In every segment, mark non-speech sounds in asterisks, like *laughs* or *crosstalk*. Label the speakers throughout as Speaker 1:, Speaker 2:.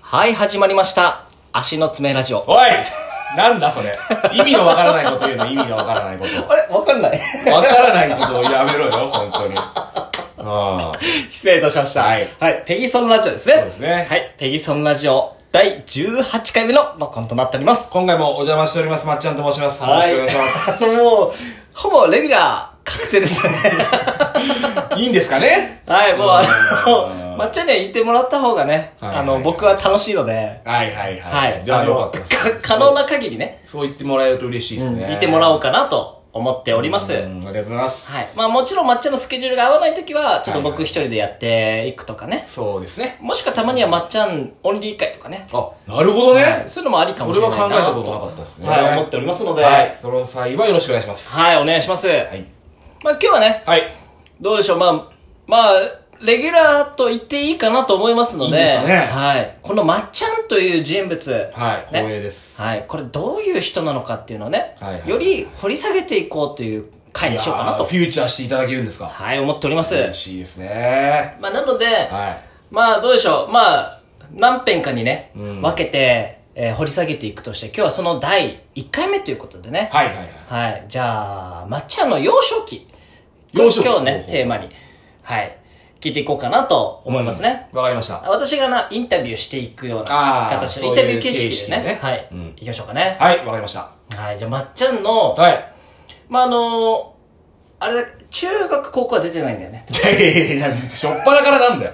Speaker 1: はい、始まりました。足の爪ラジオ。
Speaker 2: おいなんだそれ意味のわからないこと言うの意味のわからないこと。
Speaker 1: あれわかんない。
Speaker 2: わからないことをやめろよ、本当に。あ
Speaker 1: *laughs* 失礼いたしました。
Speaker 2: はい
Speaker 1: はい、ペギソンラジオですね。
Speaker 2: そうですね
Speaker 1: はい、ペギソンラジオ第18回目の録音となっております。
Speaker 2: 今回もお邪魔しております、まっちゃんと申します。よろしくお願いしま
Speaker 1: あの、
Speaker 2: *laughs*
Speaker 1: もう、ほぼレギュラー確定ですね。
Speaker 2: す。いいんですかね
Speaker 1: *laughs* はい、もうあ
Speaker 2: う
Speaker 1: の、
Speaker 2: ん
Speaker 1: まっちゃんには言ってもらった方がね、
Speaker 2: はい
Speaker 1: あの、僕は楽しいので、
Speaker 2: はいはい
Speaker 1: は
Speaker 2: はい。
Speaker 1: い。
Speaker 2: じゃあ
Speaker 1: あの
Speaker 2: よかったです。
Speaker 1: か可能な限りね、
Speaker 2: そう言ってもらえると嬉しいですね。
Speaker 1: 見てもらおう
Speaker 2: か
Speaker 1: かなと思っております。
Speaker 2: ありがとうございます。
Speaker 1: はい。まあもちろん抹茶のスケジュールが合わないときは、ちょっと
Speaker 2: はい
Speaker 1: 僕
Speaker 2: はい
Speaker 1: 一人でやっていくとかね。
Speaker 2: そうですね。
Speaker 1: もしくはたまには抹茶オンリー会とかね。
Speaker 2: あ、なるほどね。
Speaker 1: そういうのもありかもしれないな。
Speaker 2: それは考えたことなかったですね
Speaker 1: はい、思っておりますので。
Speaker 2: はい。その際はよろしくお願いします。
Speaker 1: はい、お願いします。
Speaker 2: はい。
Speaker 1: まあ今日はね、
Speaker 2: はい。
Speaker 1: どうでしょう、まあ、まあ、レギュラーと言っていいかなと思いますので、
Speaker 2: いいですかね
Speaker 1: はい。このまっちゃんという人物、
Speaker 2: はい。光栄
Speaker 1: ね
Speaker 2: です。
Speaker 1: はい。これどういう人なのかっていうのをね、
Speaker 2: はいはい
Speaker 1: より掘り下げていこうという回にしようかなと
Speaker 2: フ。ューチャーしていただけるんですか
Speaker 1: はい、思っております。
Speaker 2: 嬉しいですね。
Speaker 1: まあなので、
Speaker 2: はい。
Speaker 1: まあどうでしょう。まあ、何編かにね、分けて、えー掘り下げていくとして、今日はその第1回目ということでね。
Speaker 2: はいはいは
Speaker 1: は
Speaker 2: い。
Speaker 1: い。じゃあ、抹茶の幼少期。
Speaker 2: 幼少期
Speaker 1: 今日ね
Speaker 2: ほうほ、う
Speaker 1: テーマに。はい。聞いていこうかなと思いますね。
Speaker 2: わかりました。
Speaker 1: 私がな、インタビューしていくような
Speaker 2: あー
Speaker 1: 形で、インタビュー形式でね。
Speaker 2: そういう形式でね
Speaker 1: はい。
Speaker 2: うん
Speaker 1: 行きましょうかね。
Speaker 2: はい、わかりました。
Speaker 1: はい。じゃあ、まっちゃんの、
Speaker 2: はい。
Speaker 1: まあ、あのーあれだ、中学、高校は出てないんだよね。
Speaker 2: いやいやいや、しょっぱなからなんだよ。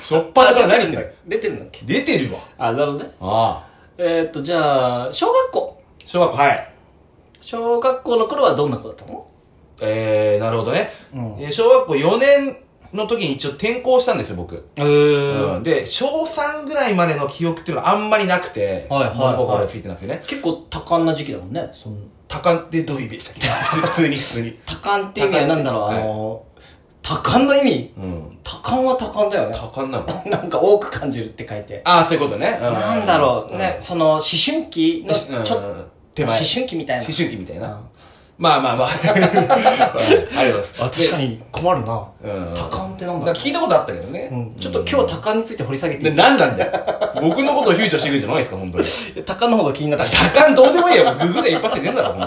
Speaker 2: しょっぱなから何言ってんだよ。
Speaker 1: 出てるんだっけ
Speaker 2: 出てるわ。
Speaker 1: あ、なるほどね。
Speaker 2: ああ。
Speaker 1: えー、っと、じゃあ、小学校。
Speaker 2: 小学校、はい。
Speaker 1: 小学校の頃はどんな子だったの
Speaker 2: えー、なるほどね。えー小学校4年の時に一応転校したんですよ、僕。
Speaker 1: えー
Speaker 2: うん、で、小3ぐらいまでの記憶っていうのがあんまりなくて、
Speaker 1: はいはい
Speaker 2: 物心ついてなくてね。
Speaker 1: 結構多感な時期だもんね。その
Speaker 2: 多感ってどういう意味でしたっけ *laughs* 普通に、普通に。
Speaker 1: 多感って意味はなんだろう、あ
Speaker 2: はい
Speaker 1: の多感の意味
Speaker 2: うん。
Speaker 1: 多感は多感だよね。 *laughs*
Speaker 2: 多感なの
Speaker 1: なんか多く感じるって書いて。
Speaker 2: ああ、そういうことね。う
Speaker 1: なんだろう、ね、その思春期の
Speaker 2: う
Speaker 1: ち
Speaker 2: ん。
Speaker 1: ょっ
Speaker 2: ち
Speaker 1: と、
Speaker 2: ょ
Speaker 1: 思
Speaker 2: 手前。
Speaker 1: 春期みたいな。
Speaker 2: 思春期みたいな。
Speaker 1: うん
Speaker 2: まあまあまあ。はいありがとうございます。
Speaker 1: あ確かに困るな。
Speaker 2: うん
Speaker 1: 多感ってなんだろ
Speaker 2: だから聞いたことあったけどね。
Speaker 1: う、うんちょっと今日多感について掘り下げて
Speaker 2: で、
Speaker 1: い
Speaker 2: 何なんだよ。僕のことをフューチャーしてくるんじゃないですか、本当に。
Speaker 1: く。多感の方が気に
Speaker 2: *laughs*
Speaker 1: なった。
Speaker 2: 多感どうでもいいよ。ググで一発で出んだろ、ほんま。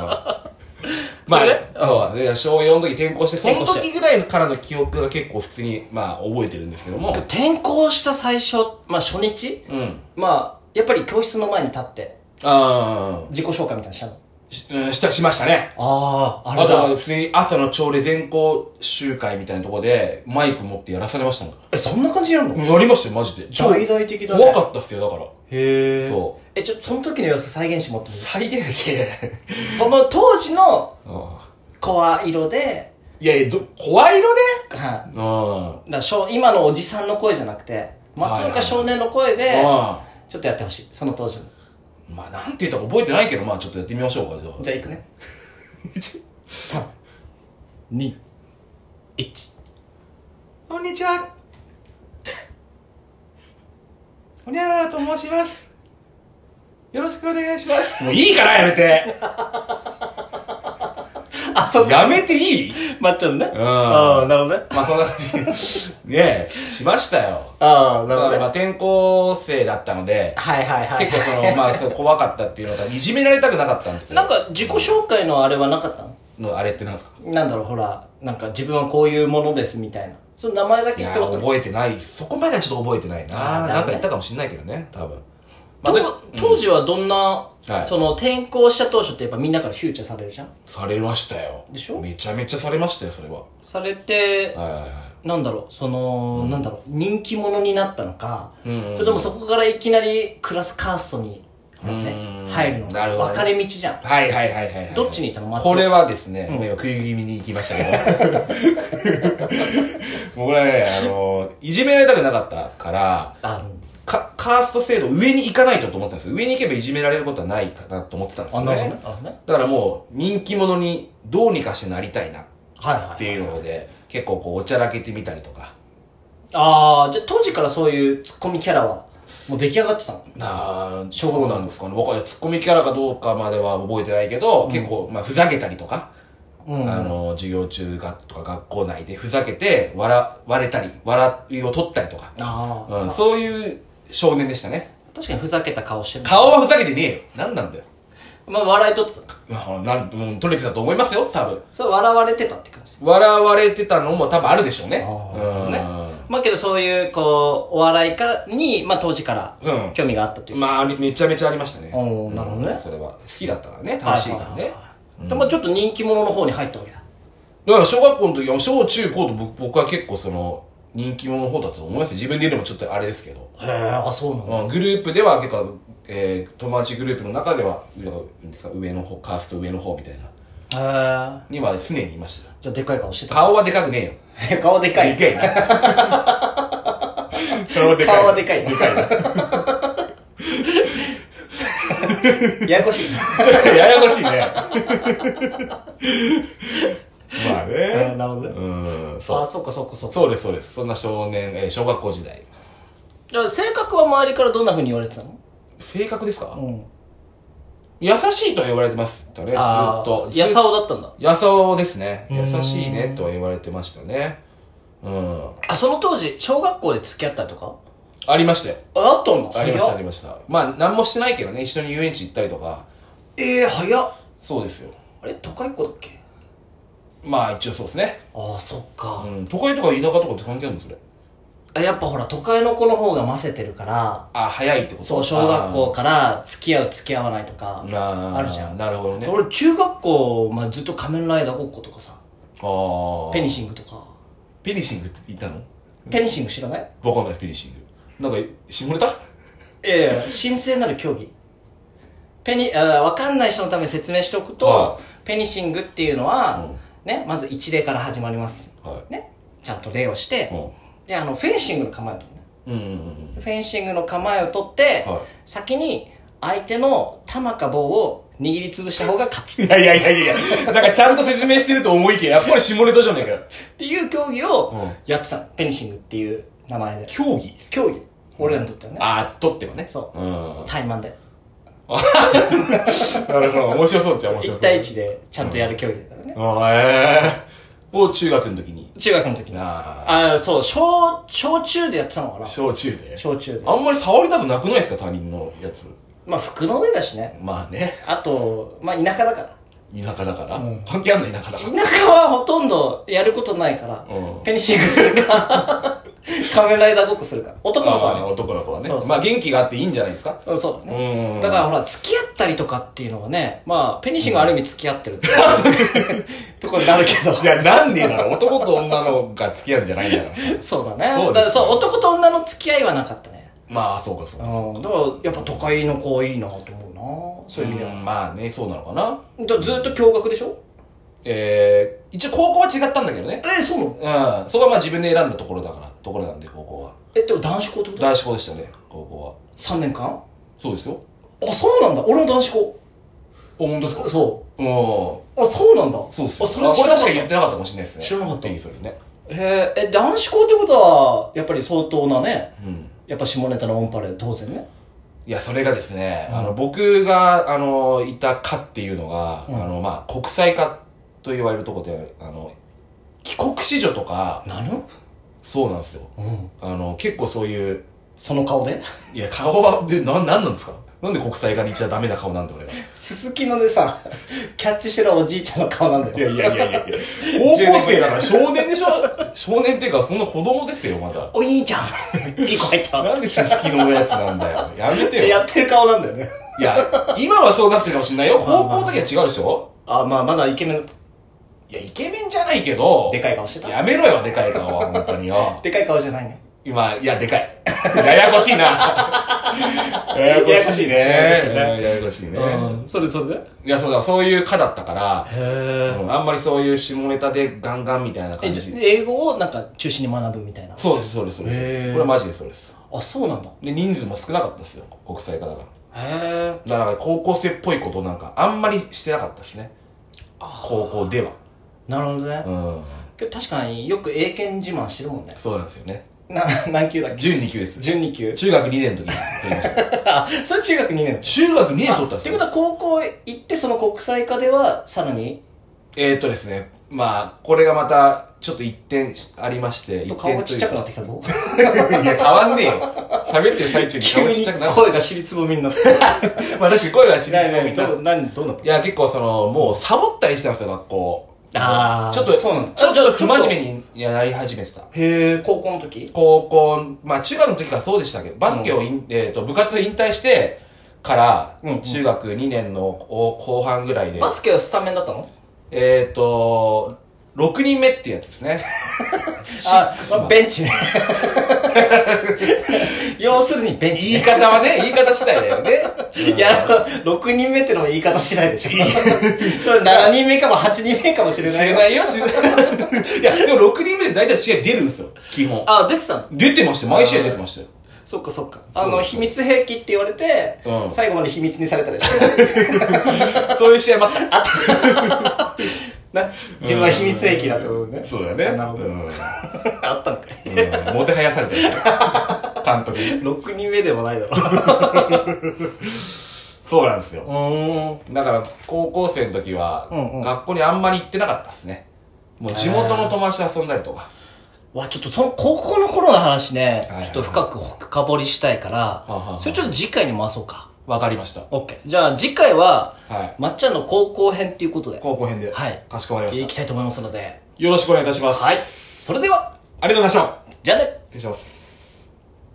Speaker 2: ま
Speaker 1: そ
Speaker 2: あ
Speaker 1: れ
Speaker 2: ね、そうで小4の時転校して、そ
Speaker 1: 転校し
Speaker 2: の
Speaker 1: て
Speaker 2: 時ぐらいからの記憶が結構普通に、まあ、覚えてるんですけども。
Speaker 1: 転校した最初、まあ初日、
Speaker 2: うん。
Speaker 1: まあ、やっぱり教室の前に立って、
Speaker 2: あ
Speaker 1: 自己紹介みたいなのしたの。
Speaker 2: ーしうん、した、しましたね。
Speaker 1: ああ、あ
Speaker 2: あ
Speaker 1: れ
Speaker 2: と
Speaker 1: だ。
Speaker 2: は、普通に朝の朝礼全校集会みたいなとこで、マイク持ってやらされましたもん。
Speaker 1: え、そんな感じなの
Speaker 2: うんやりましたよ、マジで。超
Speaker 1: 大々的だね
Speaker 2: 怖かったっすよ、だから。
Speaker 1: へえ。。
Speaker 2: そう
Speaker 1: え、ちょ、その時の様子再現してもらってもいい
Speaker 2: 再現して。
Speaker 1: その当時の
Speaker 2: うん
Speaker 1: 声色で、
Speaker 2: いやいや、ど、怖いのね
Speaker 1: は。
Speaker 2: うん。はい
Speaker 1: だ小今のおじさんの声じゃなくて、松
Speaker 2: はいは
Speaker 1: 岡
Speaker 2: い
Speaker 1: 少年の声
Speaker 2: い
Speaker 1: で、
Speaker 2: う
Speaker 1: ちょっとやってほしい。その当時の。
Speaker 2: ん。まあ、なんて言ったか覚えてないけど、まあ、ちょっとやってみましょうか、じゃあ。
Speaker 1: じゃあ、いくね。3、2、1。
Speaker 2: こんにちは。ほにゃららと申します。よろしくお願いします。もういいからやめて。
Speaker 1: あ、そっか。
Speaker 2: やめていい
Speaker 1: まっちゃんね。
Speaker 2: ん
Speaker 1: ああ、なるほどね。
Speaker 2: まあそんな感じで。ねえ、しましたよ。
Speaker 1: ああ、な
Speaker 2: だ
Speaker 1: る
Speaker 2: か
Speaker 1: ほ
Speaker 2: らまあ
Speaker 1: どね。
Speaker 2: 転校生だったので、
Speaker 1: はいはいはい。
Speaker 2: 結構その、まあそう怖かったっていうのが、いじめられたくなかったんですよ。
Speaker 1: なんか、自己紹介のあれはなかったの
Speaker 2: の、あれってなんですか
Speaker 1: なんだろう、ほら、なんか自分はこういうものですみたいな。その名前だけ
Speaker 2: い
Speaker 1: 言っ
Speaker 2: や
Speaker 1: てもらったの
Speaker 2: 覚えてない。そこまではちょっと覚えてない
Speaker 1: あ
Speaker 2: な。
Speaker 1: ー
Speaker 2: なんか言ったかもしんないけどね、多分。まあ、で
Speaker 1: 当当時はどんな、
Speaker 2: はい
Speaker 1: その転校した当初ってやっぱみんなからフューチャーされるじゃん
Speaker 2: されましたよ。
Speaker 1: でしょ
Speaker 2: めちゃめちゃされましたよ、それは。
Speaker 1: されて、
Speaker 2: はいはいはい。
Speaker 1: なんだろうその、なんだろう人気者になったのか、
Speaker 2: うんうんうん
Speaker 1: それともそこからいきなりクラスカーストに、
Speaker 2: う
Speaker 1: ね
Speaker 2: ん、
Speaker 1: 入るの
Speaker 2: なるほどね
Speaker 1: 分かれ道じゃん
Speaker 2: はいはいはいはいはい。
Speaker 1: どっちにいたの松尾
Speaker 2: これはですね、もう今食い気味に行きましたけど。 *laughs* もうこれね、あの、いじめられたくなかったから、
Speaker 1: あの
Speaker 2: かカースト制度上に行かないとと思ってたんですよ上に行けばいじめられることはないかなと思ってたんです
Speaker 1: あ
Speaker 2: よ
Speaker 1: なるほどね
Speaker 2: ね。
Speaker 1: あのね
Speaker 2: だからもう、人気者にどうにかしてなりたいなっ
Speaker 1: はいはい
Speaker 2: ていうので、結構こう、おちゃらけてみたりとか。
Speaker 1: ああじゃあ当時からそういうツッコミキャラはもう出来上がってたの
Speaker 2: なあ、
Speaker 1: 小学校
Speaker 2: そうなんですかね。僕はツッコミキャラかどうかまでは覚えてないけど、結構、まあ、ふざけたりとか。
Speaker 1: うん
Speaker 2: あの、授業中がとか学校内でふざけて、笑、割れたり、笑いを取ったりとか、
Speaker 1: ああ
Speaker 2: うん、そういう少年でしたね。
Speaker 1: 確かにふざけた顔してる。
Speaker 2: 顔はふざけてねえよ。何なんだよ。
Speaker 1: まあ、笑いとった。
Speaker 2: あなん、うん、取れてたと思いますよ、多分。
Speaker 1: それ笑われてたって感じ。
Speaker 2: 笑われてたのも多分あるでしょうね。うん
Speaker 1: ね。まあけどそういう、こう、お笑いから、に、まあ当時から
Speaker 2: うん、
Speaker 1: 興味があったという。
Speaker 2: まあ、めめちゃめちゃありましたね。
Speaker 1: おーなるほどね
Speaker 2: うんそれは。好きだったからね、楽しいから
Speaker 1: は
Speaker 2: ね
Speaker 1: は。はい。でもちょっと人気者の方に入ったわけだ。
Speaker 2: だから小学校の時は、小中高と僕僕は結構その、人気者の方だと思いますよ自分で言うのもちょっとあれですけど。
Speaker 1: へえ、あ、そうなんだ。
Speaker 2: うんグループでは結構、えー、友達グループの中では、うんですか上の方、カースト上の方みたいな。
Speaker 1: へえ。
Speaker 2: には常にいましたよ。
Speaker 1: じゃあでっかい顔してた。
Speaker 2: 顔はでかくねえよ。
Speaker 1: 顔でかい。
Speaker 2: でかいな。 *laughs* 顔はでかい。
Speaker 1: 顔はでかい。でかい。 *laughs* ややこしい。
Speaker 2: ちょっとややこしいね。まあね。
Speaker 1: *laughs* なるほどね
Speaker 2: うん、そ
Speaker 1: あ、
Speaker 2: う。
Speaker 1: そっかそっかそっか。
Speaker 2: そうです、そうです。そんな少年、えー小学校時代。
Speaker 1: じゃあ性格は周りからどんな風に言われてたの
Speaker 2: 性格ですか
Speaker 1: うん。
Speaker 2: 優しいとは言われてます。とね、ずっ
Speaker 1: あ
Speaker 2: と
Speaker 1: あ。、やさおだったんだ。
Speaker 2: やさおですね。優
Speaker 1: ん
Speaker 2: しいねとは言われてましたね。うん。
Speaker 1: あ、その当時、小学校で付き合ったりとか
Speaker 2: ありましたよ。
Speaker 1: あったの
Speaker 2: ありました、あ
Speaker 1: ね
Speaker 2: り。ました。まあ、なんもしてないけどね、一緒に遊園地行ったりとか。
Speaker 1: ええー、早っ。
Speaker 2: そうですよ。
Speaker 1: あれ都会っ子だっけ
Speaker 2: まあ、一応そうですね。
Speaker 1: ああ、そっか
Speaker 2: う。ん。都会とか田舎とかって関係あるのそれ。
Speaker 1: あやっぱほら、都会の子の方が混ぜてるから、
Speaker 2: あ、早いってこと
Speaker 1: そう、小学校から付き合う付き合わないとか。
Speaker 2: あー
Speaker 1: あるじゃん
Speaker 2: なるほどね。
Speaker 1: 俺、中学校、まあ、ずっと仮面ライダーごっことかさ、
Speaker 2: ああ。
Speaker 1: ペニシングとか。
Speaker 2: ペニシングって言ったの
Speaker 1: ペニシング知らない
Speaker 2: わかんないです、ペニシング。なんか、下ネタ
Speaker 1: ええ神聖なる競技。ペニ、あーわかんない人のために説明しておくと、
Speaker 2: は
Speaker 1: ペニシングっていうのは、
Speaker 2: うん
Speaker 1: ね、まず一例から始まります。
Speaker 2: はい。
Speaker 1: ね、ちゃんと礼をして、
Speaker 2: うん
Speaker 1: で、あの、フェンシングの構えを取るね。
Speaker 2: うんうんうん。
Speaker 1: フェンシングの構えを取って、
Speaker 2: はい
Speaker 1: 先に相手の玉か棒を握りつぶした方が
Speaker 2: *laughs*
Speaker 1: 勝ちっ
Speaker 2: いやいやいやいやいや、なんかちゃんと説明してると思いきや、やっぱり下ネタじゃねえかよ。
Speaker 1: ていう競技
Speaker 2: う
Speaker 1: を
Speaker 2: ん
Speaker 1: やってたの。ペニシングっていう名前で。
Speaker 2: 競技
Speaker 1: 競技。俺らにとってはね。
Speaker 2: ああ、取ってはね。
Speaker 1: そう。
Speaker 2: うん。
Speaker 1: 怠慢で。
Speaker 2: なるほど。面白そうっちゃ面白そう。
Speaker 1: 1対1でちゃんとやる競技だからね。
Speaker 2: ああ、ええを中学の時に。
Speaker 1: 中学の時に。
Speaker 2: あ
Speaker 1: ああ、そう、小、小中でやってたのかな
Speaker 2: あ。小中で。
Speaker 1: 小中で。
Speaker 2: あんまり触りたくなくないですか他人のやつ。
Speaker 1: まあ服の上だしね。
Speaker 2: まあね。
Speaker 1: あと、まあ田舎だから。
Speaker 2: 田舎だから。関係あんの田舎だから。
Speaker 1: 田舎はほとんどやることないから、
Speaker 2: うん
Speaker 1: ペニシングするか、 *laughs* 仮面ライダーごっこするか。男の子は
Speaker 2: ま
Speaker 1: ね。
Speaker 2: あ男の子はね
Speaker 1: そうそう。
Speaker 2: まあ元気があっていいんじゃないですか
Speaker 1: うん、そうだ
Speaker 2: う
Speaker 1: ね
Speaker 2: ん。
Speaker 1: だからほら、付き合ったりとかっていうのはね、まあ、ペニシングはある意味付き合
Speaker 2: *laughs*
Speaker 1: ってるって、ところになるけど
Speaker 2: い。や、なんでだろう。男と女のが付き合うんじゃないんだから。
Speaker 1: そうだね。
Speaker 2: そうですよ
Speaker 1: だからそう、男と女の付き合いはなかったね。
Speaker 2: まあ、そうか、そう
Speaker 1: う
Speaker 2: か。
Speaker 1: ん。だから、やっぱ都会の子いいなと思うなそういう意味では。
Speaker 2: うんまあね、そうなのかな。
Speaker 1: だからずっと驚愕でしょ
Speaker 2: えー、一応高校は違ったんだけどね。
Speaker 1: え、そうなの
Speaker 2: うん。そこはまあ自分で選んだところだから、ところなんで、高校は。
Speaker 1: え、でも男子校ってこと
Speaker 2: 男子校でしたね、高校は。
Speaker 1: ?3 年間
Speaker 2: そうですよ。
Speaker 1: あ、そうなんだ。俺も男子校。
Speaker 2: お、本当ですか
Speaker 1: そ
Speaker 2: うん。
Speaker 1: う。あ、そうなんだ。
Speaker 2: そうっす
Speaker 1: あ、そ
Speaker 2: よ。あ
Speaker 1: れ
Speaker 2: これ確か
Speaker 1: に
Speaker 2: 言ってなかったかもしれないですね。
Speaker 1: 知らなかった
Speaker 2: いい、それね。
Speaker 1: へえ、え、男子校ってことは、やっぱり相当なね、
Speaker 2: うん。
Speaker 1: やっぱ下ネタのオンパレード当然ね。
Speaker 2: いや、それがですね、あの、僕が、あの、いた科っていうのが、
Speaker 1: うん
Speaker 2: あの、まあ、国際科と言われるとこで、あの、帰国子女とか、
Speaker 1: 何
Speaker 2: そうなんですよ。
Speaker 1: うん。
Speaker 2: あの、結構そういう、
Speaker 1: その顔で
Speaker 2: いや、顔は、で、な、なんなんですかなんで国際化に行っちゃダメな顔なんだ俺は。
Speaker 1: すすきのでさ、キャッチしてるおじいちゃんの顔なんだよ。
Speaker 2: いやいやいやいや。高校生だから少年でしょ少年っていうか、そんな子供ですよ、まだ。
Speaker 1: お兄ちゃん *laughs* いい子入ったわ
Speaker 2: なんでススキのやつなんだよ。やめて
Speaker 1: で
Speaker 2: よ
Speaker 1: や。ってる顔なんだよね。
Speaker 2: いや、今はそうなってるかもしんないよ。高校の時は違うでしょ
Speaker 1: あ、まあまだイケメン、
Speaker 2: いや、イケメンじゃないけど。
Speaker 1: でかい顔してた
Speaker 2: やめろよ、でかい顔は、本当によ。
Speaker 1: でかい顔じゃないね。
Speaker 2: 今、いや、でかい。ややこしいな。ややこしいね。
Speaker 1: や
Speaker 2: ややこしいね。
Speaker 1: うん。それそれで
Speaker 2: いや、そうだ、そういう科だったから、
Speaker 1: へ
Speaker 2: うんあんまりそういう下ネタでガンガンみたいな
Speaker 1: え
Speaker 2: 感
Speaker 1: じゃ
Speaker 2: じ。
Speaker 1: 英語をなんか中心に学ぶみたいな。
Speaker 2: そうです、そうです、そうで
Speaker 1: へ
Speaker 2: す。
Speaker 1: ー
Speaker 2: これマジでそうです。
Speaker 1: あ、そうなんだ。
Speaker 2: で、人数も少なかったですよ、国際科だから。
Speaker 1: へえ。
Speaker 2: だから高校生っぽいことなんかあんまりしてなかったですね。高校では。
Speaker 1: なるほどね。
Speaker 2: うん。
Speaker 1: けど確かによく英検自慢してるもんね。
Speaker 2: そうなんですよね。
Speaker 1: な、何級だっけ
Speaker 2: 12級です。
Speaker 1: ?12 級。
Speaker 2: 中学2年の時に取り
Speaker 1: *laughs*
Speaker 2: ました。
Speaker 1: あ、 *laughs* それ中学2年。
Speaker 2: 中学2年取ったんで
Speaker 1: っ
Speaker 2: す
Speaker 1: て
Speaker 2: よ。
Speaker 1: ことは高校行ってその国際科ではさらに
Speaker 2: えーっとですね、まあ、これがまた、ちょっと一点ありまして、一点
Speaker 1: 顔がちっちゃく
Speaker 2: と *laughs*
Speaker 1: なってきたぞ。
Speaker 2: いうかいや、変わんねえよ。喋ってる最中に
Speaker 1: 急
Speaker 2: 顔ちっ
Speaker 1: に
Speaker 2: ちゃくなる。
Speaker 1: 声が尻つぼみになって。
Speaker 2: まあ確かに声 *laughs* は知ら
Speaker 1: な
Speaker 2: ない
Speaker 1: な
Speaker 2: いない
Speaker 1: い、どう、 *laughs* 何、どうなった
Speaker 2: いや、結構その、もうサボったりしてたんですよ、学校。
Speaker 1: あー
Speaker 2: ちょっと、
Speaker 1: そうなんだ
Speaker 2: ちょっ
Speaker 1: じゃあ
Speaker 2: と不真面目にやり始めてた。
Speaker 1: へえ、高校の時
Speaker 2: 高校、まあ中学の時からそうでしたけど、バスケをイン、えっ、と、部活引退してから
Speaker 1: うんうん、
Speaker 2: 中学2年の後後半ぐらいで、
Speaker 1: バスケはスタメンだったの
Speaker 2: えっ、と、6人目ってやつです
Speaker 1: *laughs*
Speaker 2: ね。
Speaker 1: あ、ベンチね。 *laughs* 要するにベンチね。
Speaker 2: 言い方はね、言い方次第だよね。
Speaker 1: *laughs* いや、そう、6人目ってのも言い方しないでしょ。 *laughs* それ7人目かも8人目かもしれ
Speaker 2: 知
Speaker 1: ない
Speaker 2: れ
Speaker 1: よ。
Speaker 2: ないよ、知れない。いや、でも6人目で大体試合出るんですよ、基本。
Speaker 1: あ、出てたの
Speaker 2: 出てましたよ、毎試合出てましたよ。
Speaker 1: そっかそっか。
Speaker 2: そ
Speaker 1: あ
Speaker 2: うそうそ
Speaker 1: の、
Speaker 2: う
Speaker 1: 秘密兵器って言われて
Speaker 2: う、ん
Speaker 1: 最後まで秘密にされたでしょ。
Speaker 2: *laughs* そういう試合もあった。 *laughs*
Speaker 1: な、自分は秘密兵器だってことね。
Speaker 2: そうだね。
Speaker 1: なるほど
Speaker 2: うん。
Speaker 1: あったんかい。
Speaker 2: うんもてはやされてる。監督に。
Speaker 1: 6人目でもないだろ。
Speaker 2: そうなんですよ。
Speaker 1: *laughs* うん。
Speaker 2: だから、高校生の時は、
Speaker 1: うんうん
Speaker 2: 学校にあんまり行ってなかったですね。もう地元の友達と遊んだりとか。
Speaker 1: わ、ちょっとその高校の頃の話ね
Speaker 2: はいはいは、い
Speaker 1: ちょっと深く深掘りしたいか
Speaker 2: あは
Speaker 1: ら
Speaker 2: あ、
Speaker 1: それちょっと次回に回そうか。
Speaker 2: わかりました。
Speaker 1: オッケー。じゃあ次回は、
Speaker 2: はい。
Speaker 1: まっちゃんの高校編っていうことで、
Speaker 2: 高校編で。
Speaker 1: はい
Speaker 2: かしこまりま
Speaker 1: い
Speaker 2: し
Speaker 1: き
Speaker 2: た。
Speaker 1: たいと思いますので。
Speaker 2: よろしくお願いいたします。
Speaker 1: はい。それでは、
Speaker 2: ありがとうございました。
Speaker 1: じゃあね
Speaker 2: 失礼します。